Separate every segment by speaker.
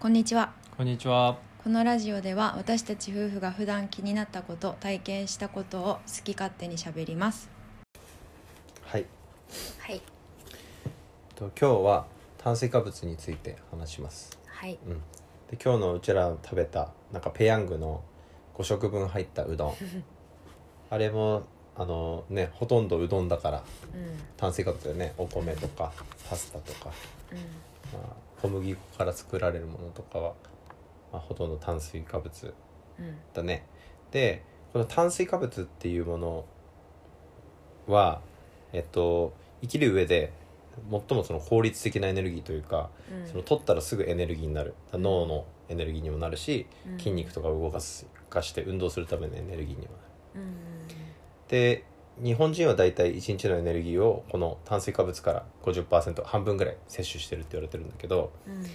Speaker 1: こんにちは
Speaker 2: こんにちは。
Speaker 1: このラジオでは私たち夫婦が普段気になったこと体験したことを好き勝手にしゃべります
Speaker 2: はい。
Speaker 1: はい
Speaker 2: と今日は炭水化物について話します。
Speaker 1: はい
Speaker 2: うん。で今日のうちら食べたなんかペヤングの5食分入ったう どん。あれもあのねほとんどうどんだから
Speaker 1: うんうん
Speaker 2: 炭水化物よねお米とかパスタとか、まあ、小麦粉から作られるものとかは、まあ、ほとんど炭水化物
Speaker 1: うん
Speaker 2: だねでこの炭水化物っていうものはえっと生きる上で最もその効率的なエネルギーというか、
Speaker 1: うん
Speaker 2: その取ったらすぐエネルギーになる脳のエネルギーにもなるし
Speaker 1: うん
Speaker 2: 筋肉とかを動かすかして運動するためのエネルギーにもなる
Speaker 1: うんうん
Speaker 2: で日本人はだいたい1日のエネルギーをこの炭水化物から50%半分ぐらい摂取してるって言われてるんだけど
Speaker 1: うん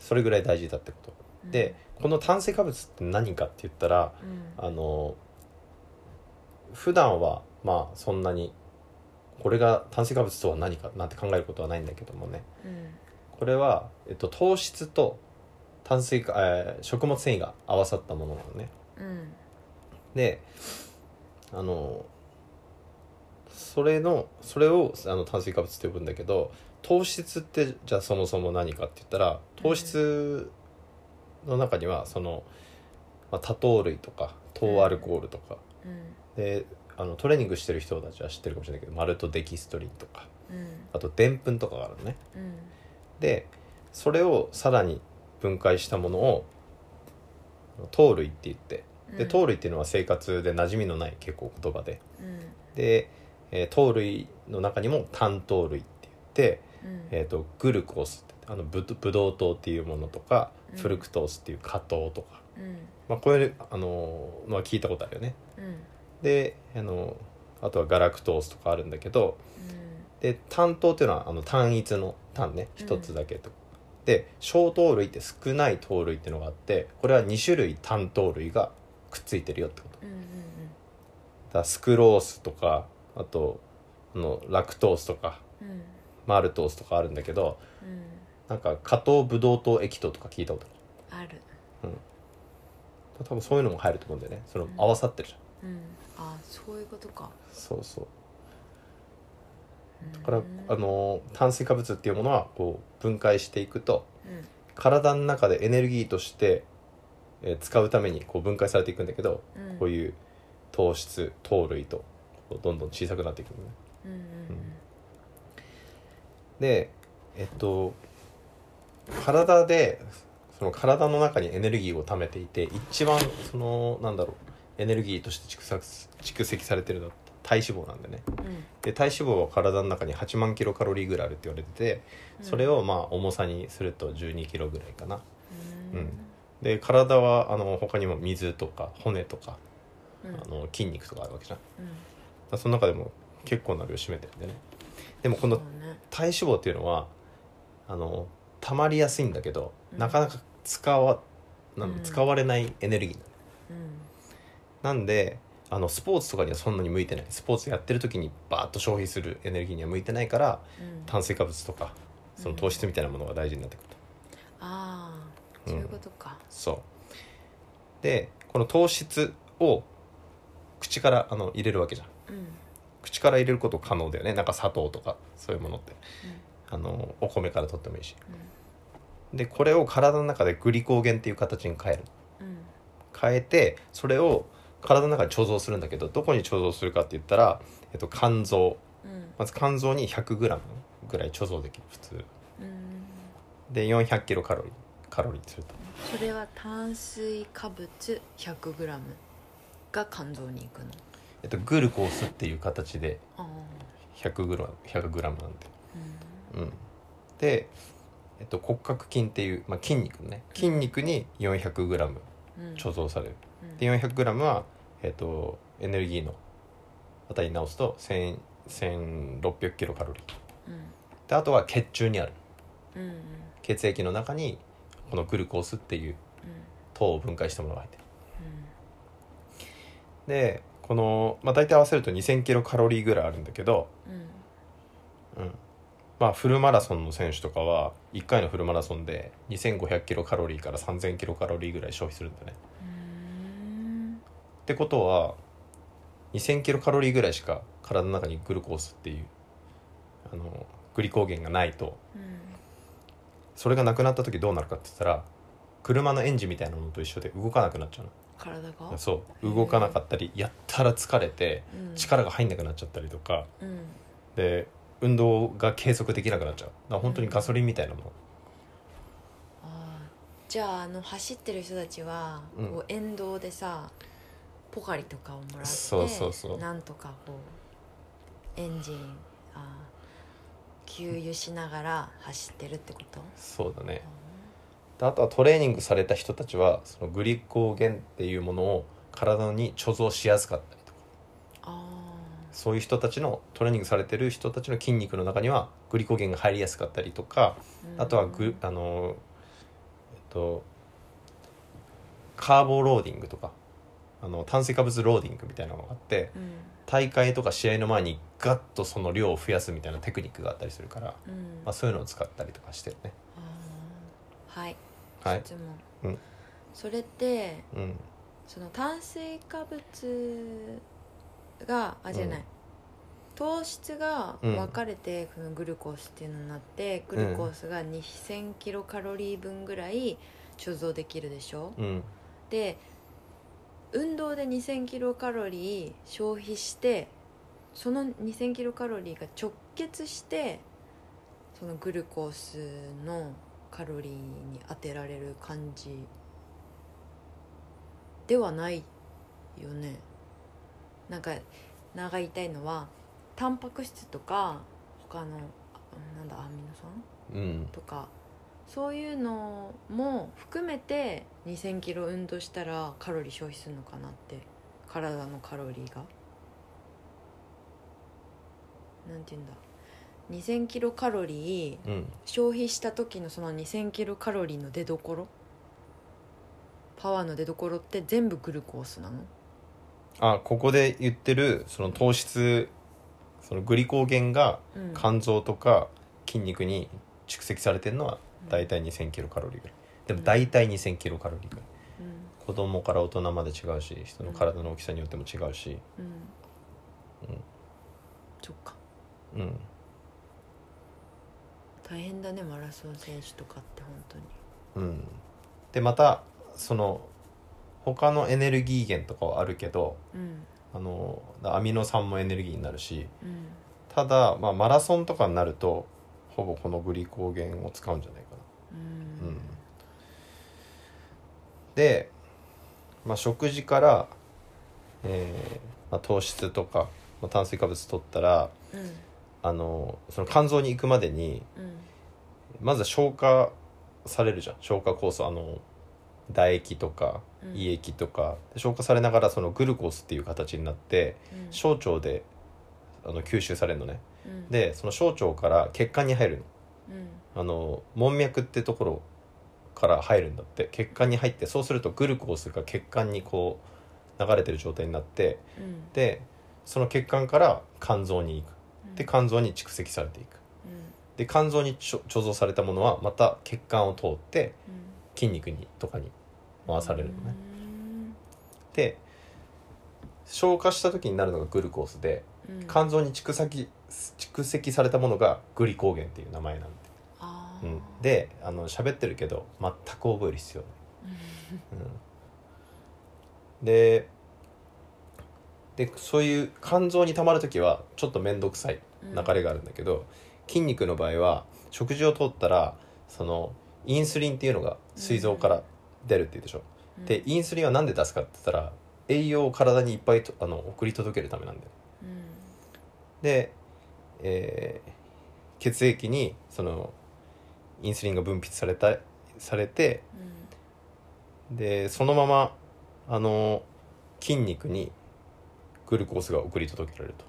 Speaker 2: それぐらい大事だってこと、
Speaker 1: うん
Speaker 2: でこの炭水化物って何かって言ったら
Speaker 1: うん
Speaker 2: あの普段はまあそんなにこれが炭水化物とは何かなんて考えることはないんだけどもね
Speaker 1: うん
Speaker 2: これは、えっと、糖質と炭水化、えー食物繊維が合わさったものなのね
Speaker 1: うん
Speaker 2: であのそれのそれをあの炭水化物って呼ぶんだけど糖質ってじゃあそもそも何かって言ったら糖質の中にはその、まあ、多糖類とか糖アルコールとか、
Speaker 1: うん
Speaker 2: であのトレーニングしてる人たちは知ってるかもしれないけどマルトデキストリンとか
Speaker 1: うん
Speaker 2: あとでんぷんとかがあるのね
Speaker 1: うん
Speaker 2: でそれをさらに分解したものを糖類って言ってで糖類っていうのは生活で馴染みのない結構言葉で
Speaker 1: うん
Speaker 2: で、えー糖類の中にも単糖類って言って、
Speaker 1: うん
Speaker 2: えー、とグルコースってあのブドブドウ糖っていうものとか
Speaker 1: うん
Speaker 2: フルクトースっていう果糖とか、
Speaker 1: うん
Speaker 2: まあ、これ、あのーまあ、聞いたことあるよね
Speaker 1: うん
Speaker 2: で、あのーあとはガラクトースとかあるんだけど
Speaker 1: うん
Speaker 2: で単糖っていうのはあの単一の単ね
Speaker 1: うん
Speaker 2: 一つだけと、で小糖類って少ない糖類っていうのがあってこれは2種類単糖類がくっついてるよってこと
Speaker 1: うん
Speaker 2: だからスクロースとかあとあのラクトースとか
Speaker 1: うんうん
Speaker 2: マルトースとかあるんだけど
Speaker 1: うん
Speaker 2: なんか果糖ブドウ糖液糖とか聞いたことあ
Speaker 1: ある
Speaker 2: る多分そういうのも入ると思うんだよねその
Speaker 1: うん
Speaker 2: 合わさってるじゃん、
Speaker 1: うんあそういうことか
Speaker 2: そうそう
Speaker 1: だ
Speaker 2: だから、あの炭水化物っていうものはこう分解していくと
Speaker 1: うん
Speaker 2: 体の中でエネルギーとして、えー使うためにこう分解されていくんだけど、
Speaker 1: うん
Speaker 2: こういう糖質糖類とこうどんどん小さくなっていくのね
Speaker 1: うんうん
Speaker 2: でえっと体でその体の中にエネルギーを貯めていて一番そのなんだろうエネルギーとして蓄積蓄積されてるのは体脂肪なんでね
Speaker 1: うんうん
Speaker 2: で体脂肪は体の中に8万キロカロリーぐらいあるって言われててそれをまあ重さにすると12キロぐらいかな
Speaker 1: う
Speaker 2: うんんで体はあの他にも水とか骨とか
Speaker 1: う
Speaker 2: あ
Speaker 1: ん
Speaker 2: の筋肉とかあるわけじゃんだか
Speaker 1: うん
Speaker 2: らその中でも結構な量占めてるんでねでもこ
Speaker 1: そ
Speaker 2: の
Speaker 1: うね
Speaker 2: 体脂肪っていうのはあの溜まりやすいんだけど、
Speaker 1: うん
Speaker 2: なかなか使わな
Speaker 1: うん
Speaker 2: 使われないエネルギーなの
Speaker 1: うん
Speaker 2: なんであのスポーツとかにはそんなに向いてないスポーツやってる時にバーッと消費するエネルギーには向いてないから
Speaker 1: うん
Speaker 2: 炭水化物とかその糖質みたいなものが大事になってくると、
Speaker 1: ああ
Speaker 2: うん
Speaker 1: そういうことか
Speaker 2: そうでこの糖質を口からあの入れるわけじゃん
Speaker 1: うんうん
Speaker 2: 口から入れること可能だよねなんか砂糖とかそういうものってあのお米から取ってもいいしでこれを体の中でグリコーゲンっていう形に変える
Speaker 1: うん
Speaker 2: 変えてそれを体の中に貯蔵するんだけどどこに貯蔵するかって言ったら、えっと、肝臓
Speaker 1: うん
Speaker 2: まず肝臓に 100g ぐらい貯蔵できる普通
Speaker 1: うん
Speaker 2: で400キロカロリーカロリーにすると
Speaker 1: それは炭水化物 100g が肝臓に行くの
Speaker 2: えっと、グルコースっていう形で
Speaker 1: ああ
Speaker 2: 100g, 100g なんで
Speaker 1: うん
Speaker 2: うんで、えっと、骨格筋っていう、まあ、筋肉ね筋肉に 400g
Speaker 1: うん
Speaker 2: 貯蔵される
Speaker 1: うん
Speaker 2: で 400g は、えっと、エネルギーの値に直すと1000 1600キロカロリー
Speaker 1: うん
Speaker 2: であとは血中にある
Speaker 1: うんうん
Speaker 2: 血液の中にこのグルコースっていう
Speaker 1: うん
Speaker 2: 糖を分解したものが入ってるでこの、まあ、大体合わせると2000キロカロリーぐらいあるんだけど、
Speaker 1: うんうん
Speaker 2: うんままあ、フルマラソンの選手とかは1回のフルマラソンで2500キロカロリーから3000キロカロリーぐらい消費するんだね。
Speaker 1: うん
Speaker 2: ってことは2000キロカロリーぐらいしか体の中にグルコースっていうあのグリコーゲンがないとそれがなくなった時どうなるかって言ったら車のエンジンみたいなものと一緒で動かなくなっちゃう
Speaker 1: 体が
Speaker 2: のそう動かなかったりやったら疲れて
Speaker 1: うん
Speaker 2: 力が入んなくなっちゃったりとか
Speaker 1: うん
Speaker 2: で運動が継続できなくなっちゃうだから本当にガソリンみたいなもの
Speaker 1: あーじゃああの走ってる人たちは、
Speaker 2: うん
Speaker 1: こう沿道でさポカリとかをもらって
Speaker 2: そうそうそう
Speaker 1: なんとかこうエンジンあー給油しながら走ってるってこと
Speaker 2: そうだねであとはトレーニングされた人たちはそのグリコーゲンっていうものを体に貯蔵しやすかったりとか
Speaker 1: あ
Speaker 2: そういう人たちのトレーニングされてる人たちの筋肉の中にはグリコゲンが入りやすかったりとか
Speaker 1: ー
Speaker 2: あとはグ、あのえっとカーボローディングとかあの炭水化物ローディングみたいなのがあって
Speaker 1: うん
Speaker 2: 大会とか試合の前にガッとその量を増やすみたいなテクニックがあったりするから、
Speaker 1: うん
Speaker 2: まあ、そういうのを使ったりとかしてるね。
Speaker 1: あーはい
Speaker 2: はい
Speaker 1: 質問、
Speaker 2: うん
Speaker 1: それって
Speaker 2: うん、
Speaker 1: その炭水化物があじゃない、
Speaker 2: うん
Speaker 1: 糖質が分かれて、このグルコースっていうのになってグルコースが2000キロカロリー分ぐらい貯蔵できるでしょ、
Speaker 2: うん
Speaker 1: で運動で2000キロカロリー消費してその2000キロカロリーが直結してそのグルコースのカロリーに当てられる感じではないよねなんか長が言いたいのはタンパク質とか他のあなんだアミノ酸
Speaker 2: うん
Speaker 1: とかそういうのも含めて2,000キロ運動したらカロリー消費するのかなって体のカロリーが。なんて言うんだ2,000キロカロリー
Speaker 2: うん
Speaker 1: 消費した時のその2,000キロカロリーの出どころパワーの出どころって全部グルコースなの
Speaker 2: あここで言ってるその糖質そのグリコーゲンが
Speaker 1: うん
Speaker 2: 肝臓とか筋肉に蓄積されてるのは大体2 0 0 0キロカロリーぐらいでも大体2 0 0 0キロカロリーぐらい
Speaker 1: うん
Speaker 2: 子供から大人まで違うし人の体の大きさによっても違うし
Speaker 1: うん
Speaker 2: うん
Speaker 1: そっか
Speaker 2: うん
Speaker 1: 大変だねマラソン選手とかって本当に
Speaker 2: うんでまたその他のエネルギー源とかはあるけど
Speaker 1: うん
Speaker 2: あのアミノ酸もエネルギーになるし
Speaker 1: うん
Speaker 2: ただ、まあ、マラソンとかになるとほぼこのグリコーゲンを使うんじゃないかな
Speaker 1: うん
Speaker 2: うんで、まあ、食事から、えーまあ、糖質とか、まあ、炭水化物取ったら
Speaker 1: うん
Speaker 2: あのその肝臓に行くまでに
Speaker 1: うん
Speaker 2: まずは消化されるじゃん消化酵素あの唾液とか
Speaker 1: うん
Speaker 2: 胃液とか、で消化されながらそのグルコースっていう形になって
Speaker 1: うん
Speaker 2: 小腸であの吸収されるのね
Speaker 1: うん
Speaker 2: でその小腸から血管に入るの
Speaker 1: うん
Speaker 2: あの門脈ってところから入るんだって血管に入ってそうするとグルコースが血管にこう流れてる状態になって
Speaker 1: うん
Speaker 2: でその血管から肝臓に行く
Speaker 1: うん
Speaker 2: で肝臓に蓄積されていく
Speaker 1: うん
Speaker 2: で肝臓にちょ貯蔵されたものはまた血管を通って
Speaker 1: うん
Speaker 2: 筋肉にとかに回されるのねで消化した時になるのがグルコースで
Speaker 1: うんうん
Speaker 2: 肝臓に蓄積蓄積されたものがグリコーゲンっていう名前なんで
Speaker 1: あ
Speaker 2: う
Speaker 1: ー
Speaker 2: ん、であの喋ってるけど全く覚える必要ない、うん、ででそういう肝臓にたまる時はちょっと面倒くさい
Speaker 1: うん
Speaker 2: 流れがあるんだけど、筋肉の場合は食事をとったらそのインスリンっていうのが膵臓から出るっていうでしょ、
Speaker 1: うん
Speaker 2: でインスリンは何で出すかって言ったら栄養を体にいっぱいとあの送り届けるためなんだよ
Speaker 1: うん
Speaker 2: で、えー血液にそのインスリンが分泌されたされて
Speaker 1: うん
Speaker 2: でそのままあの筋肉にグルコースが送り届けられると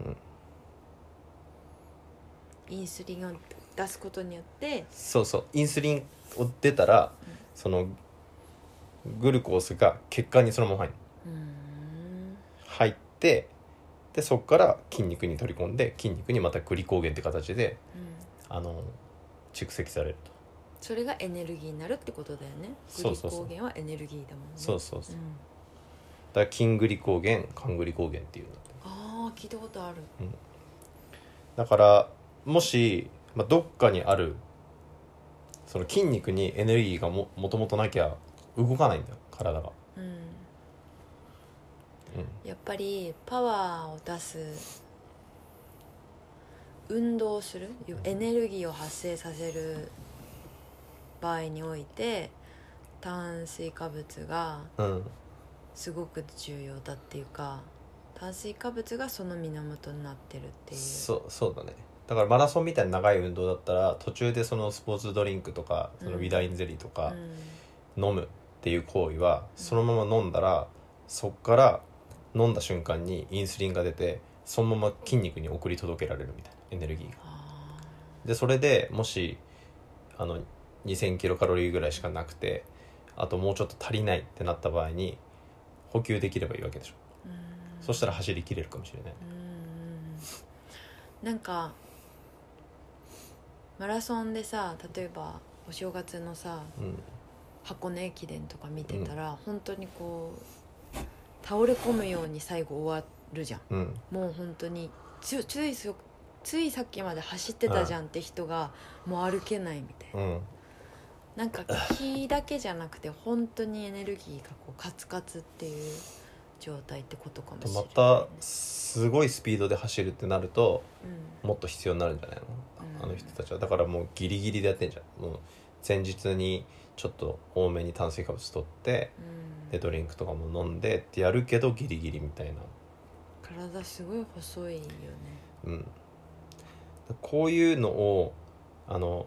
Speaker 1: うん
Speaker 2: うん
Speaker 1: インスリンを出すことによって
Speaker 2: そうそうインスリンを出たらそのグルコースが血管にそのまま入る
Speaker 1: うん
Speaker 2: 入ってでそこから筋肉に取り込んで筋肉にまたグリコーゲンって形で
Speaker 1: うん、
Speaker 2: あの蓄積されると、
Speaker 1: それがエネルギーになるってことだよねグ
Speaker 2: そう
Speaker 1: リ
Speaker 2: そ
Speaker 1: コ
Speaker 2: うそう
Speaker 1: ーゲンはエネルギーだもんね
Speaker 2: そうそうそう
Speaker 1: う、ん、
Speaker 2: だから筋グリコーゲン肝グリコーゲンっていうの
Speaker 1: ああ聞いたことある
Speaker 2: だからもし、まあ、どっかにあるその筋肉にエネルギーがももともとなきゃ動かないんだよ体が、
Speaker 1: うん
Speaker 2: うん、
Speaker 1: やっぱりパワーを出す運動をするエネルギーを発生させる場合において炭水化物が
Speaker 2: うん
Speaker 1: すごく重要だっていうか炭水化物がその源になってるっていう
Speaker 2: そうそうだねだからマラソンみたいな長い運動だったら途中でそのスポーツドリンクとかその
Speaker 1: うん
Speaker 2: ウィダインゼリーとか
Speaker 1: うん
Speaker 2: 飲むっていう行為はそのまま飲んだらそっから飲んだ瞬間にインスリンが出てそのまま筋肉に送り届けられるみたいなエネルギーが
Speaker 1: あ
Speaker 2: でそれでもしあの2000キロカロリーぐらいしかなくてあともうちょっと足りないってなった場合に補給できればいいわけでしょ
Speaker 1: ーうん
Speaker 2: そしたら走り切れるかもしれない
Speaker 1: うんなんかマラソンでさ例えばお正月のさ
Speaker 2: うん
Speaker 1: 箱根駅伝とか見てたら、本当にこう倒れ込むように最後終わるじゃん
Speaker 2: うん
Speaker 1: もう本当につついそついさっきまで走ってたじゃんって人がもう歩けないみたいな
Speaker 2: うん
Speaker 1: なんか気だけじゃなくて本当にエネルギーがこうカツカツっていう状態ってことかもしれない、
Speaker 2: ま
Speaker 1: ね、
Speaker 2: たすごいスピードで走るってなると
Speaker 1: う
Speaker 2: もっと必要になるんじゃないの
Speaker 1: うん
Speaker 2: あの人たちはだからもうギリギリでやってんじゃんもう前日にちょっと多めに炭水化物取って
Speaker 1: んうん
Speaker 2: でドリンクとかも飲んでってやるけどギリギリみたいな
Speaker 1: 体すごい細いよね
Speaker 2: うんこういうのをあの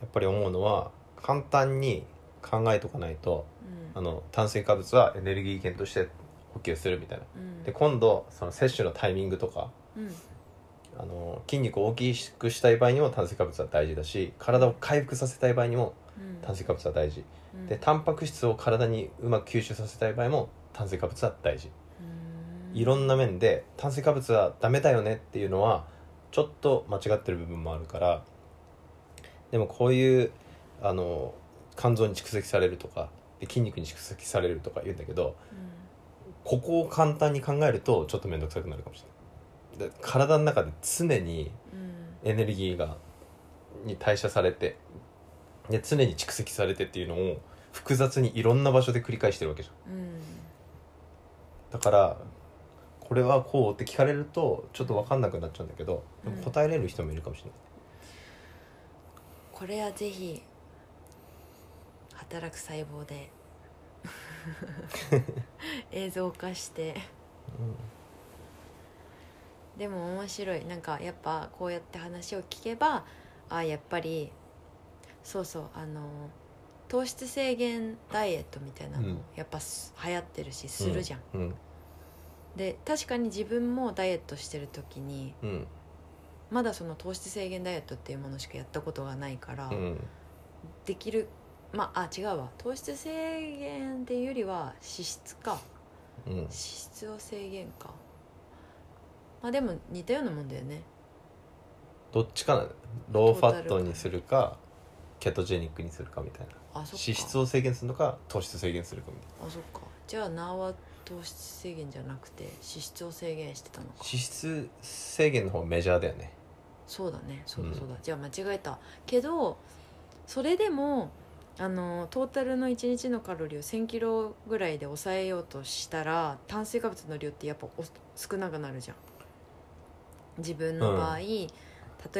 Speaker 2: やっぱり思うのは簡単に考えとかないと
Speaker 1: う
Speaker 2: あ
Speaker 1: ん
Speaker 2: の炭水化物はエネルギー源として補給するみたいな
Speaker 1: うん
Speaker 2: で今度その摂取のタイミングとか
Speaker 1: うん
Speaker 2: あの筋肉を大きくしたい場合にも炭水化物は大事だし体を回復させたい場合にも
Speaker 1: うん
Speaker 2: 炭水化物は大事、
Speaker 1: うん
Speaker 2: でタンパク質を体にうまく吸収させたい場合も炭水化物は大事、
Speaker 1: うん
Speaker 2: いろんな面で炭水化物はダメだよねっていうのはちょっと間違ってる部分もあるからでもこういうあの肝臓に蓄積されるとかで筋肉に蓄積されるとか言うんだけど
Speaker 1: うん
Speaker 2: ここを簡単に考えるとちょっと面倒くさくなるかもしれないで体の中で常に
Speaker 1: うん
Speaker 2: エネルギーがに代謝されてで常に蓄積されてっていうのを複雑にいろんな場所で繰り返してるわけじゃん
Speaker 1: うん
Speaker 2: だからこれはこうって聞かれるとちょっと分かんなくなっちゃうんだけど、でも
Speaker 1: うん
Speaker 2: 答えれる人もいるかもしれない
Speaker 1: これはぜひ働く細胞 で映像化してでも面白いなんかやっぱこうやって話を聞けばあやっぱりそうそうあの糖質制限ダイエットみたいなの、
Speaker 2: うん
Speaker 1: やっぱす流行ってるしするじゃん、
Speaker 2: うん
Speaker 1: で確かに自分もダイエットしてる時に
Speaker 2: うん
Speaker 1: まだその糖質制限ダイエットっていうものしかやったことがないから、
Speaker 2: うん
Speaker 1: できるまああ違うわ糖質制限っていうよりは脂質か
Speaker 2: うん
Speaker 1: 脂質を制限かまあでも似たようなもんだよね
Speaker 2: どっちかなローファットにするかケトジェニックにするかみたいな
Speaker 1: あそっか
Speaker 2: 脂質を制限するのか糖質制限するかみたいな
Speaker 1: あそっかじゃあなは糖質制限じゃなくて脂質を制限してたのか
Speaker 2: 脂質制限の方がメジャーだよね
Speaker 1: そうだねそう
Speaker 2: う
Speaker 1: だ
Speaker 2: ん
Speaker 1: そうだ、じゃあ間違えたけどそれでもあのトータルの1日のカロリーを1 0 0 0キロぐらいで抑えようとしたら炭水化物の量ってやっぱお少なくなるじゃん自分の場合、
Speaker 2: う
Speaker 1: 例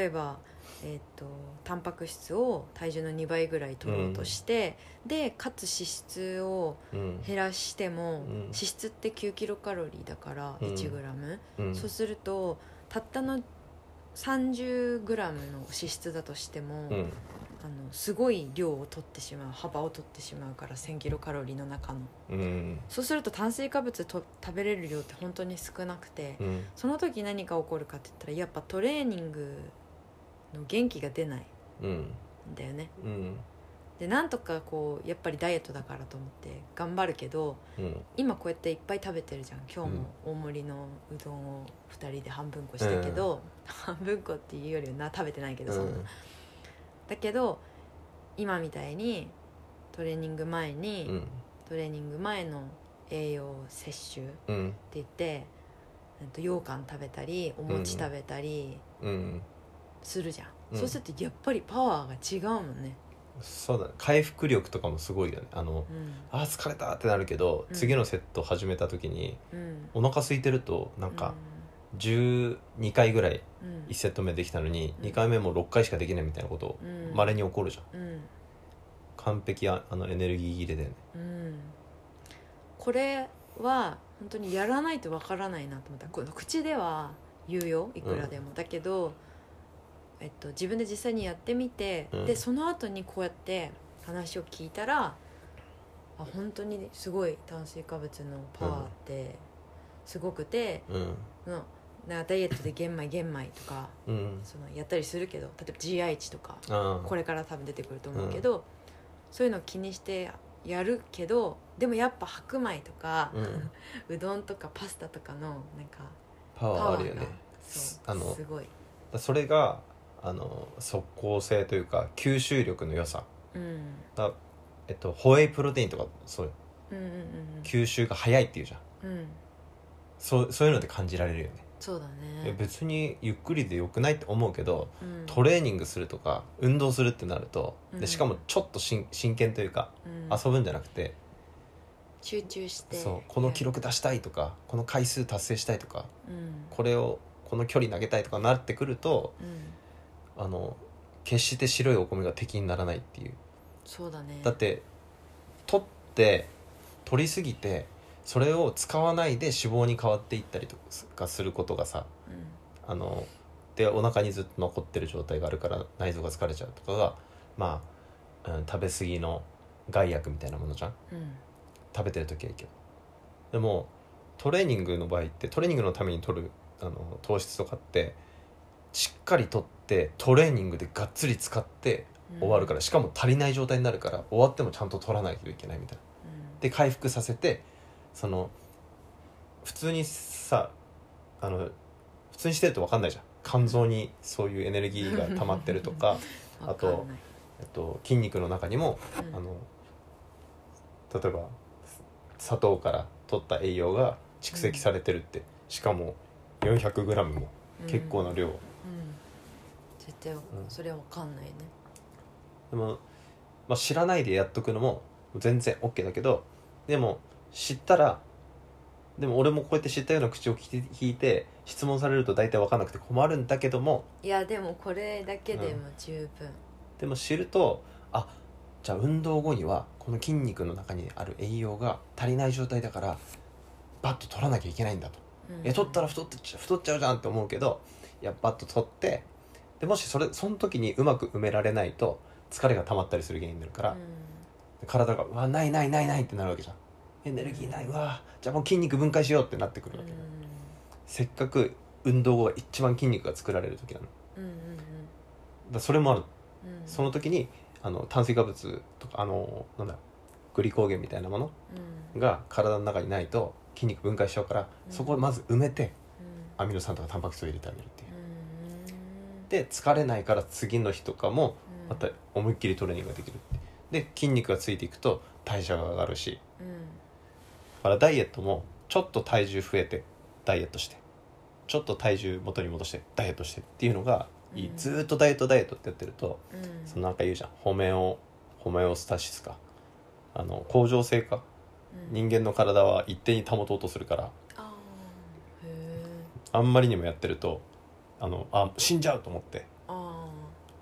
Speaker 1: えばえっとタンパク質を体重の2倍ぐらい取ろうとして、でかつ脂質を
Speaker 2: うん
Speaker 1: 減らしても、
Speaker 2: うん
Speaker 1: 脂質って9キロカロリーだから
Speaker 2: うん
Speaker 1: 1グラム、
Speaker 2: うん
Speaker 1: そうするとたったの30グラムの脂質だとしても、
Speaker 2: うん
Speaker 1: あのすごい量を取ってしまう幅を取ってしまうから1000キロカロリーの中の
Speaker 2: うん
Speaker 1: そうすると炭水化物と食べれる量って本当に少なくて、
Speaker 2: うん
Speaker 1: その時何が起こるかって言ったらやっぱトレーニングの元気が出ない
Speaker 2: うん
Speaker 1: んだよね
Speaker 2: うん
Speaker 1: でなんとかこうやっぱりダイエットだからと思って頑張るけど
Speaker 2: うん
Speaker 1: 今こうやっていっぱい食べてるじゃん今日も大盛りのうどんを2人で半分こしたけど、半分こっていうよりはな食べてないけど
Speaker 2: う
Speaker 1: そんな、
Speaker 2: ん
Speaker 1: だけど今みたいにトレーニング前に、
Speaker 2: うん
Speaker 1: トレーニング前の栄養摂取って
Speaker 2: うん
Speaker 1: 言ってえっと羊羹食べたりお餅食べたり
Speaker 2: うん
Speaker 1: するじゃん、
Speaker 2: うん
Speaker 1: そうするとやっぱりパワーが違うもんね、
Speaker 2: そうだね回復力とかもすごいよねあの
Speaker 1: うん
Speaker 2: あー疲れたってなるけど、
Speaker 1: うん
Speaker 2: 次のセット始めた時に
Speaker 1: うん、
Speaker 2: お腹空いてるとなんか12回ぐらい
Speaker 1: うん、うん
Speaker 2: 1セット目できたのに
Speaker 1: うん
Speaker 2: 2回目も6回しかできないみたいなこと
Speaker 1: うん
Speaker 2: まれに起こるじゃん
Speaker 1: うん
Speaker 2: 完璧ああのエネルギー切れだよね
Speaker 1: うん、これは本当にやらないとわからないなと思ったこの口では言うよいくらでも、だけど、えっと、自分で実際にやってみて、
Speaker 2: うん
Speaker 1: でその後にこうやって話を聞いたらあ本当にすごい炭水化物のパワーってすごくて、
Speaker 2: うん
Speaker 1: のなダイエットで玄米玄米とか
Speaker 2: うん
Speaker 1: そのやったりするけど例えば GI 値とか
Speaker 2: ああ
Speaker 1: これから多分出てくると思うけど、そういうのを気にしてやるけどでもやっぱ白米とか、
Speaker 2: う
Speaker 1: うどんとかパスタとかのなんか
Speaker 2: パ
Speaker 1: パ
Speaker 2: ワー
Speaker 1: ワ
Speaker 2: ある
Speaker 1: ー
Speaker 2: よ
Speaker 1: が、
Speaker 2: ね
Speaker 1: そう
Speaker 2: あの
Speaker 1: すごい、
Speaker 2: それがあの即効性というか吸収力の良さ
Speaker 1: うん、
Speaker 2: だえっとホエイプロテインとかそう
Speaker 1: うんうんうん
Speaker 2: 吸収が早いっていうじゃん
Speaker 1: うんうん
Speaker 2: そうそういうので感じられるよね
Speaker 1: そうだ
Speaker 2: え
Speaker 1: ね、
Speaker 2: 別にゆっくりでよくないって思うけど
Speaker 1: うん、
Speaker 2: トレーニングするとか運動するってなると
Speaker 1: うん
Speaker 2: でしかもちょっとしん真剣というか
Speaker 1: うん
Speaker 2: 遊ぶんじゃなくて、
Speaker 1: 集中して
Speaker 2: そうこの記、録出したいとかこの回数達成したいとか
Speaker 1: うん
Speaker 2: これをこの距離投げたいとかなってくると
Speaker 1: うん、
Speaker 2: あの決して白いお米が敵にならないっていう
Speaker 1: そうだね
Speaker 2: だって取って取りすぎてそれを使わないで脂肪に変わっていったりとかすることがさ
Speaker 1: う
Speaker 2: あのでお腹にずっと残ってる状態があるから内臓が疲れちゃうとかがまあ、うん、食べ過ぎの害悪みたいなものじゃん
Speaker 1: んうん
Speaker 2: 食べてる時はいいけどでもトレーニングの場合ってトレーニングのために取るあの糖質とかってしっかり取ってトレーニングでがっつり使って
Speaker 1: うん
Speaker 2: 終わるから、しかも足りない状態になるから終わってもちゃんと取らないといけないみたいな
Speaker 1: うん
Speaker 2: で回復させてその普通にさあの普通にしてると分かんないじゃん肝臓にそういうエネルギーが溜まってる とか、
Speaker 1: わかんない
Speaker 2: あえっと、筋肉の中にも
Speaker 1: うん
Speaker 2: あの例えば砂糖から取った栄養が蓄積されてるって、しかも 400g も結構な量、
Speaker 1: うん絶対それは分かんないね、
Speaker 2: でも、まあ、知らないでやっとくのも全然 OK だけどでも知ったらでも俺もこうやって知ったような口を聞いて聞いて質問されると大体分かんなくて困るんだけども
Speaker 1: いやでもこれだけでも十分、
Speaker 2: でも知るとあじゃあ運動後にはこの筋肉の中にある栄養が足りない状態だからバッと取らなきゃいけないんだと。
Speaker 1: うん
Speaker 2: え取ったら太ってっちゃ太っちゃうじゃんって思うけどいやバッと取ってでもしそれその時にうまく埋められないと疲れが溜まったりする原因になるから、
Speaker 1: う
Speaker 2: 体が「うわないないないない」ってなるわけじゃんエネルギーないうわじゃあもう筋肉分解しようってなってくる
Speaker 1: ん
Speaker 2: わけ、せっかく運動後が一番筋肉が作られる時なのだか
Speaker 1: うんうん
Speaker 2: らそれもある
Speaker 1: うんうん
Speaker 2: その時にあの炭水化物とかあのなんだグリコーゲンみたいなもの
Speaker 1: うんうん
Speaker 2: が体の中にないと筋肉分解しちゃうから、
Speaker 1: うん
Speaker 2: そこをまず埋めてアミノ酸とかタンパク質を入れてあげるっていう
Speaker 1: うん
Speaker 2: で疲れないから次の日とかも
Speaker 1: うん
Speaker 2: また思いっきりトレーニングができるってで筋肉がついていくと代謝が上がるし
Speaker 1: うん
Speaker 2: だからダイエットもちょっと体重増えてダイエットしてちょっと体重元に戻してダイエットしてっていうのがいい、
Speaker 1: うん
Speaker 2: ずーっとダイエットダイエットってやってると
Speaker 1: うん
Speaker 2: そのなんか言うじゃんホメオホメオスタシスかあの恒常性か
Speaker 1: うん
Speaker 2: 人間の体は一定に保とうとするから
Speaker 1: あーへー
Speaker 2: あんまりにもやってるとあのあ死んじゃうと思って
Speaker 1: あ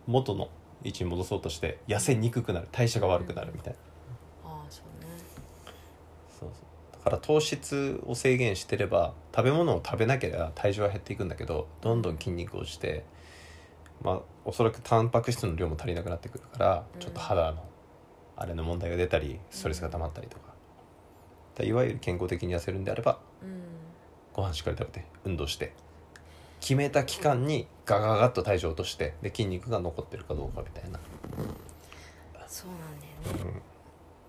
Speaker 2: 元の位置に戻そうとして痩せにくくなる代謝が悪くなるみたいな、
Speaker 1: ーあーそうね
Speaker 2: そうそうだから糖質を制限してれば食べ物を食べなければ体重は減っていくんだけどどんどん筋肉落ちてまあおそらくタンパク質の量も足りなくなってくるから
Speaker 1: うん
Speaker 2: ちょっと肌のあれの問題が出たりストレスが溜まったりとかだからいわゆる健康的に痩せるんであれば
Speaker 1: うん
Speaker 2: ご飯しっかり食べて運動して決めた期間にガガガッと体重を落としてで筋肉が残ってるかどうかみたいな
Speaker 1: そうなんだよね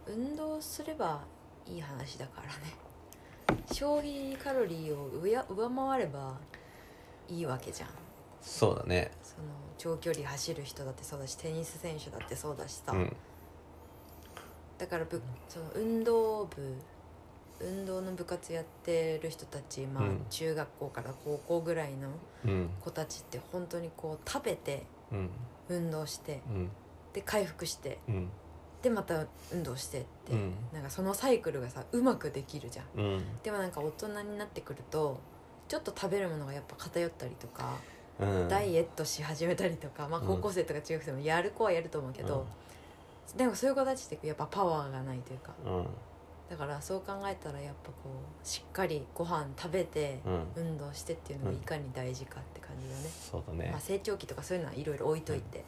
Speaker 1: 運動すればいい話だからね消費カロリーを上上回ればいいわけじゃん
Speaker 2: そうだね
Speaker 1: その長距離走る人だってそうだしテニス選手だってそうだしさ、
Speaker 2: うん
Speaker 1: だからぶその運動部運動の部活やってる人たち、まあ
Speaker 2: うん
Speaker 1: 中学校から高校ぐらいの
Speaker 2: うん
Speaker 1: 子たちって本当にこう食べて
Speaker 2: うん
Speaker 1: 運動して
Speaker 2: うん
Speaker 1: で回復して
Speaker 2: うん
Speaker 1: でまた運動してって、
Speaker 2: うん
Speaker 1: なんかそのサイクルがさうまくできるじゃん
Speaker 2: うん
Speaker 1: でもなんか大人になってくるとちょっと食べるものがやっぱ偏ったりとか、
Speaker 2: うん
Speaker 1: ダイエットし始めたりとか、まあ、
Speaker 2: うん
Speaker 1: 高校生とか中学生もやる子はやると思うけど、でもそういう子たちってやっぱパワーがないというか
Speaker 2: うんうん
Speaker 1: だからそう考えたらやっぱこうしっかりご飯食べて、
Speaker 2: うん
Speaker 1: 運動してっていうのがいかに大事かって感じだね、
Speaker 2: そうだね
Speaker 1: まあ、成長期とかそういうのはいろいろ置いといて、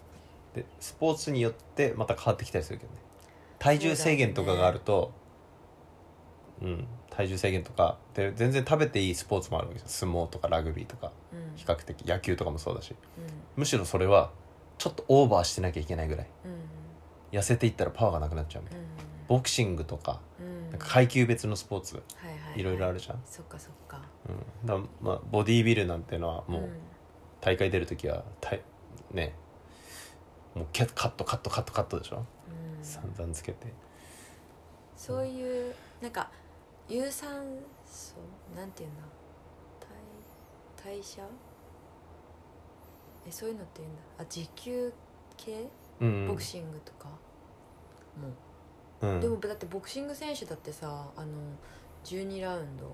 Speaker 2: でスポーツによってまた変わってきたりするけどね体重制限とかがあるとう,、ん体重制限とかで全然食べていいスポーツもあるわけですよ相撲とかラグビーとか
Speaker 1: うんうん
Speaker 2: 比較的野球とかもそうだしむしろそれはちょっとオーバーしてなきゃいけないぐらい
Speaker 1: うんうん
Speaker 2: 痩せていったらパワーがなくなっちゃうみたいなボクシングとか
Speaker 1: うん
Speaker 2: なんか階級別のスポーツ
Speaker 1: はいはいはい
Speaker 2: いろいろあるじゃん、
Speaker 1: そっかそっか
Speaker 2: うん、だからまあボディービルなんてのはもう
Speaker 1: うん
Speaker 2: 大会出る時はたいねもうキャカットカットカットカットでしょ
Speaker 1: うん
Speaker 2: 散々つけて
Speaker 1: そういうなんか有酸素なんていうんだ代代謝えそういうのって言うんだあ時給系
Speaker 2: うん
Speaker 1: ボクシングとか、も
Speaker 2: うん
Speaker 1: うでもだってボクシング選手だってさあの12ラウンド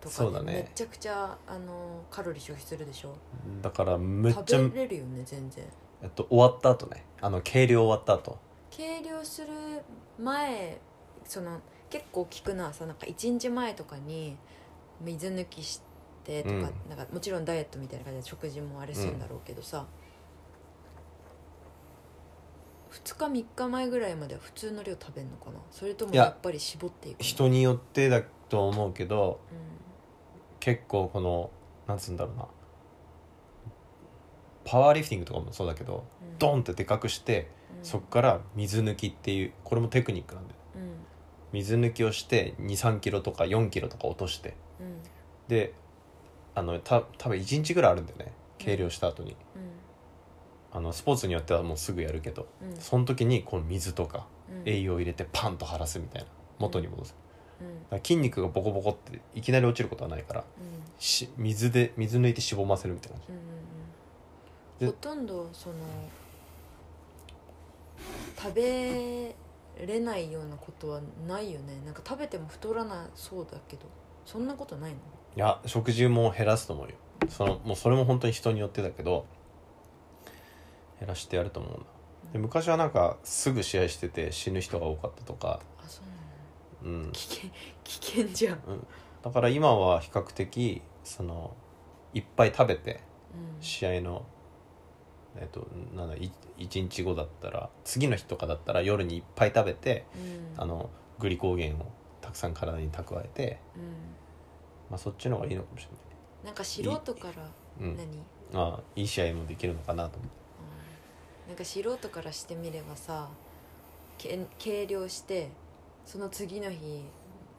Speaker 1: と
Speaker 2: そう
Speaker 1: か
Speaker 2: だ
Speaker 1: で
Speaker 2: ね
Speaker 1: めちゃくちゃ、あのカロリー消費するでしょ
Speaker 2: だからめっちゃ
Speaker 1: 食、べれるよね全然
Speaker 2: えっと、終わった後ねあの計量終わった後
Speaker 1: 計量する前その結構聞くのはさなんか1日前とかに水抜きしてとか,、
Speaker 2: うん
Speaker 1: なんかもちろんダイエットみたいな感じで食事もあれするんだろうけどさ、2日3日前ぐらいまでは普通の量食べんのかなそれとも
Speaker 2: いや
Speaker 1: やっぱり絞っていくの
Speaker 2: 人によってだと思うけど
Speaker 1: うん
Speaker 2: 結構このなんつうんだろうなパワーリフティングとかもそうだけど
Speaker 1: うん
Speaker 2: ドンってでかくして
Speaker 1: うん
Speaker 2: そっから水抜きっていうこれもテクニックなんだよ
Speaker 1: うん
Speaker 2: 水抜きをして2 3キロとか4キロとか落として
Speaker 1: うん
Speaker 2: であのた多分1日ぐらいあるんだよね計量した後に、あのスポーツによってはもうすぐやるけど
Speaker 1: うんうん
Speaker 2: その時にこの水とか
Speaker 1: うん
Speaker 2: 栄養を入れてパンと張らすみたいな元に戻す
Speaker 1: うんうん
Speaker 2: だから筋肉がボコボコっていきなり落ちることはないからし水で水抜いてしぼませるみたいな感
Speaker 1: うんうんう
Speaker 2: で
Speaker 1: んほとんどその食べれないようなことはないよねなんか食べても太らなそうだけどそんなことないの
Speaker 2: じいや食事も減らすと思うよそのもうそれも本当に人によってだけど減らしてやると思うなで昔はなんかすぐ試合してて死ぬ人が多かったとか、
Speaker 1: あそうなの
Speaker 2: うん、
Speaker 1: 危険危険じゃん、うん、
Speaker 2: だから今は比較的そのいっぱい食べて試合のえっとなんだ1日後だったら次の日とかだったら夜にいっぱい食べて
Speaker 1: うん
Speaker 2: あのグリコーゲンをたくさん体に蓄えて、
Speaker 1: うん
Speaker 2: まあ、そっちの方がいいのかもし
Speaker 1: なんか素人から
Speaker 2: れない、
Speaker 1: 何、
Speaker 2: う、
Speaker 1: うんん
Speaker 2: ああいい試合もできるのかなと思って
Speaker 1: なんか素人からしてみればさけ計量してその次の日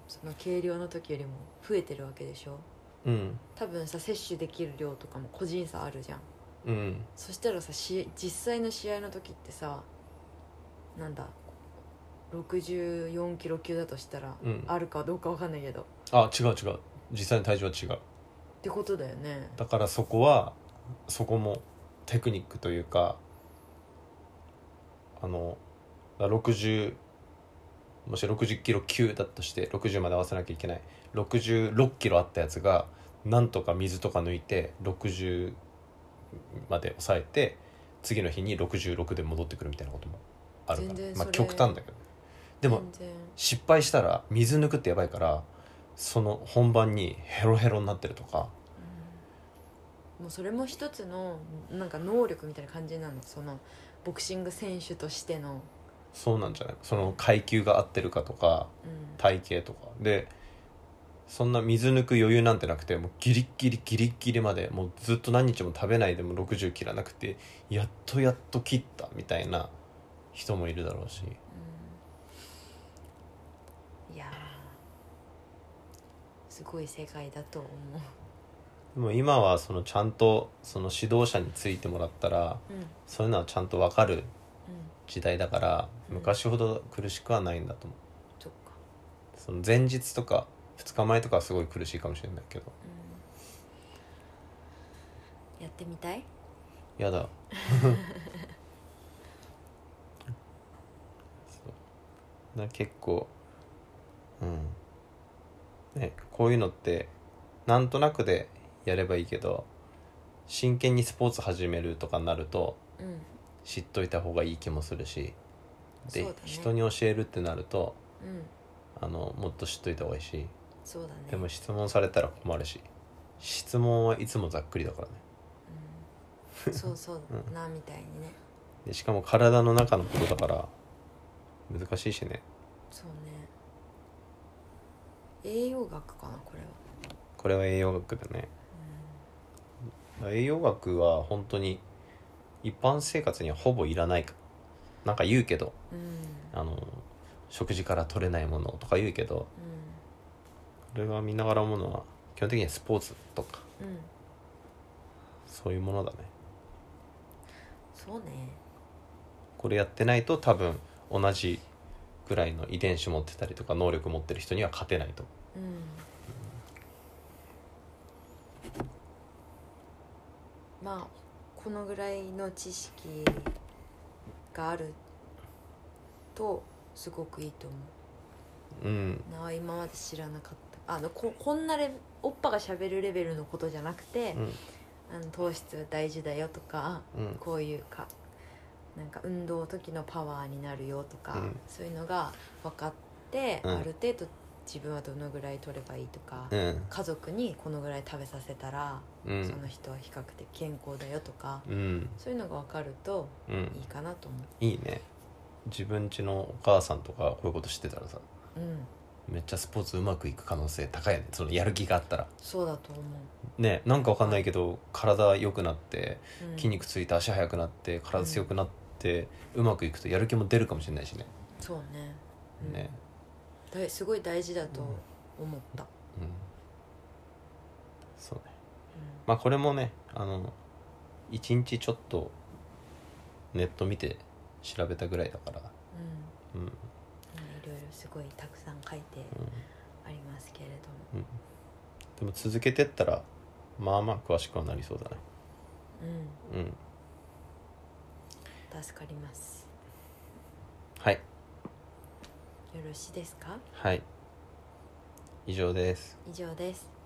Speaker 1: その計量の時よりも増えてるわけでしょ
Speaker 2: うん
Speaker 1: 多分さ摂取できる量とかも個人差あるじゃん
Speaker 2: うん
Speaker 1: そしたらさし実際の試合の時ってさなんだ64キロ級だとしたら、
Speaker 2: うん
Speaker 1: あるかどうかわかんないけどっ
Speaker 2: あ違う違う実際の体重は違う
Speaker 1: てことだよね
Speaker 2: だからそこはそこもテクニックというかあのだから60もし60キロ級だとして60まで合わせなきゃいけない66キロあったやつがなんとか水とか抜いて60まで抑えて次の日に66で戻ってくるみたいなこともあるか
Speaker 1: 全
Speaker 2: ら
Speaker 1: 然、
Speaker 2: まあ、
Speaker 1: それ
Speaker 2: 極端だけどでも
Speaker 1: 全然
Speaker 2: 失敗したら水抜くってやばいからその本番にヘロヘロになってるとか
Speaker 1: もうそれも一つのなんか能力みたいな感じなのそのボクシング選手としての、
Speaker 2: そうなんじゃないその階級が合ってるかとか
Speaker 1: うん、
Speaker 2: 体型とかでそんな水抜く余裕なんてなくてもうギリッギリギリッギリまでもうずっと何日も食べないでも60切らなくてやっとやっと切ったみたいな人もいるだろうし
Speaker 1: うんいやーすごい世界だと思
Speaker 2: でも今はそのちゃんとその指導者についてもらったら
Speaker 1: う、うんうん、
Speaker 2: そういうのはちゃんと分かる時代だから
Speaker 1: うん
Speaker 2: 昔ほど苦しくはないんだと思う
Speaker 1: そっか、
Speaker 2: その前日とか2日前とかはすごい苦しいかもしれないけど
Speaker 1: うん、やってみたい
Speaker 2: やだそうな結構うんねこういうのってなんとなくでやればいいけど真剣にスポーツ始めるとかになると
Speaker 1: うん
Speaker 2: 知っといた方がいい気もするしで、
Speaker 1: そうだね
Speaker 2: 人に教えるってなると
Speaker 1: うん
Speaker 2: あのもっと知っといた方がいいし
Speaker 1: そうだね
Speaker 2: でも質問されたら困るし質問はいつもざっくりだからね
Speaker 1: うん、そうそうだな、みたいにね
Speaker 2: でしかも体の中のことだから難しいしね
Speaker 1: そうね栄養学かなこれは
Speaker 2: これは栄養学だね栄養学は本当に一般生活にはほぼいらないかなんか言うけど
Speaker 1: うんうん
Speaker 2: あの食事から取れないものとか言うけどこれは見ながらものは基本的にはスポーツとか
Speaker 1: うん、うん、
Speaker 2: そういうものだね
Speaker 1: そうね
Speaker 2: これやってないと多分同じぐらいの遺伝子持ってたりとか能力持ってる人には勝てないと
Speaker 1: うんまあこのぐらいの知識があるとすごくいいと思
Speaker 2: うん
Speaker 1: うなあ今まで知らなかったあのここんなレベおっぱがしゃべるレベルのことじゃなくて
Speaker 2: う、ん
Speaker 1: あの糖質は大事だよとか
Speaker 2: うん
Speaker 1: こういうかなんか運動の時のパワーになるよとか、
Speaker 2: うん
Speaker 1: そういうのが分かって、
Speaker 2: うん
Speaker 1: ある程度自分はどのぐらい取ればいいとか、
Speaker 2: うん
Speaker 1: 家族にこのぐらい食べさせたら、
Speaker 2: う
Speaker 1: そ
Speaker 2: ん
Speaker 1: の人は比較的健康だよとか
Speaker 2: うん
Speaker 1: そういうのが分かると
Speaker 2: うん
Speaker 1: いいかなと思
Speaker 2: いいね自分家のお母さんとかこういうこと知ってたらさ
Speaker 1: ううん
Speaker 2: めっちゃスポーツうまくいく可能性高いよねそのやる気があったら
Speaker 1: そうだと思う、
Speaker 2: ねなんかわかんないけど体良くなって
Speaker 1: うん、
Speaker 2: 筋肉ついて足速くなって体強くなってうまくいくとやる気も出るかもしれないしね
Speaker 1: そうね,、うん、
Speaker 2: ね
Speaker 1: だいすごい大事だと思った、
Speaker 2: うんそうねまあこれもねあの一日ちょっとネット見て調べたぐらいだから
Speaker 1: うんうん
Speaker 2: うん
Speaker 1: まあいろいろすごいたくさん書いてありますけれども、
Speaker 2: でも続けてったらまあまあ詳しくはなりそうだね
Speaker 1: うん、
Speaker 2: うん
Speaker 1: 助かります
Speaker 2: はい
Speaker 1: よろしいですか
Speaker 2: はい以上です
Speaker 1: 以上です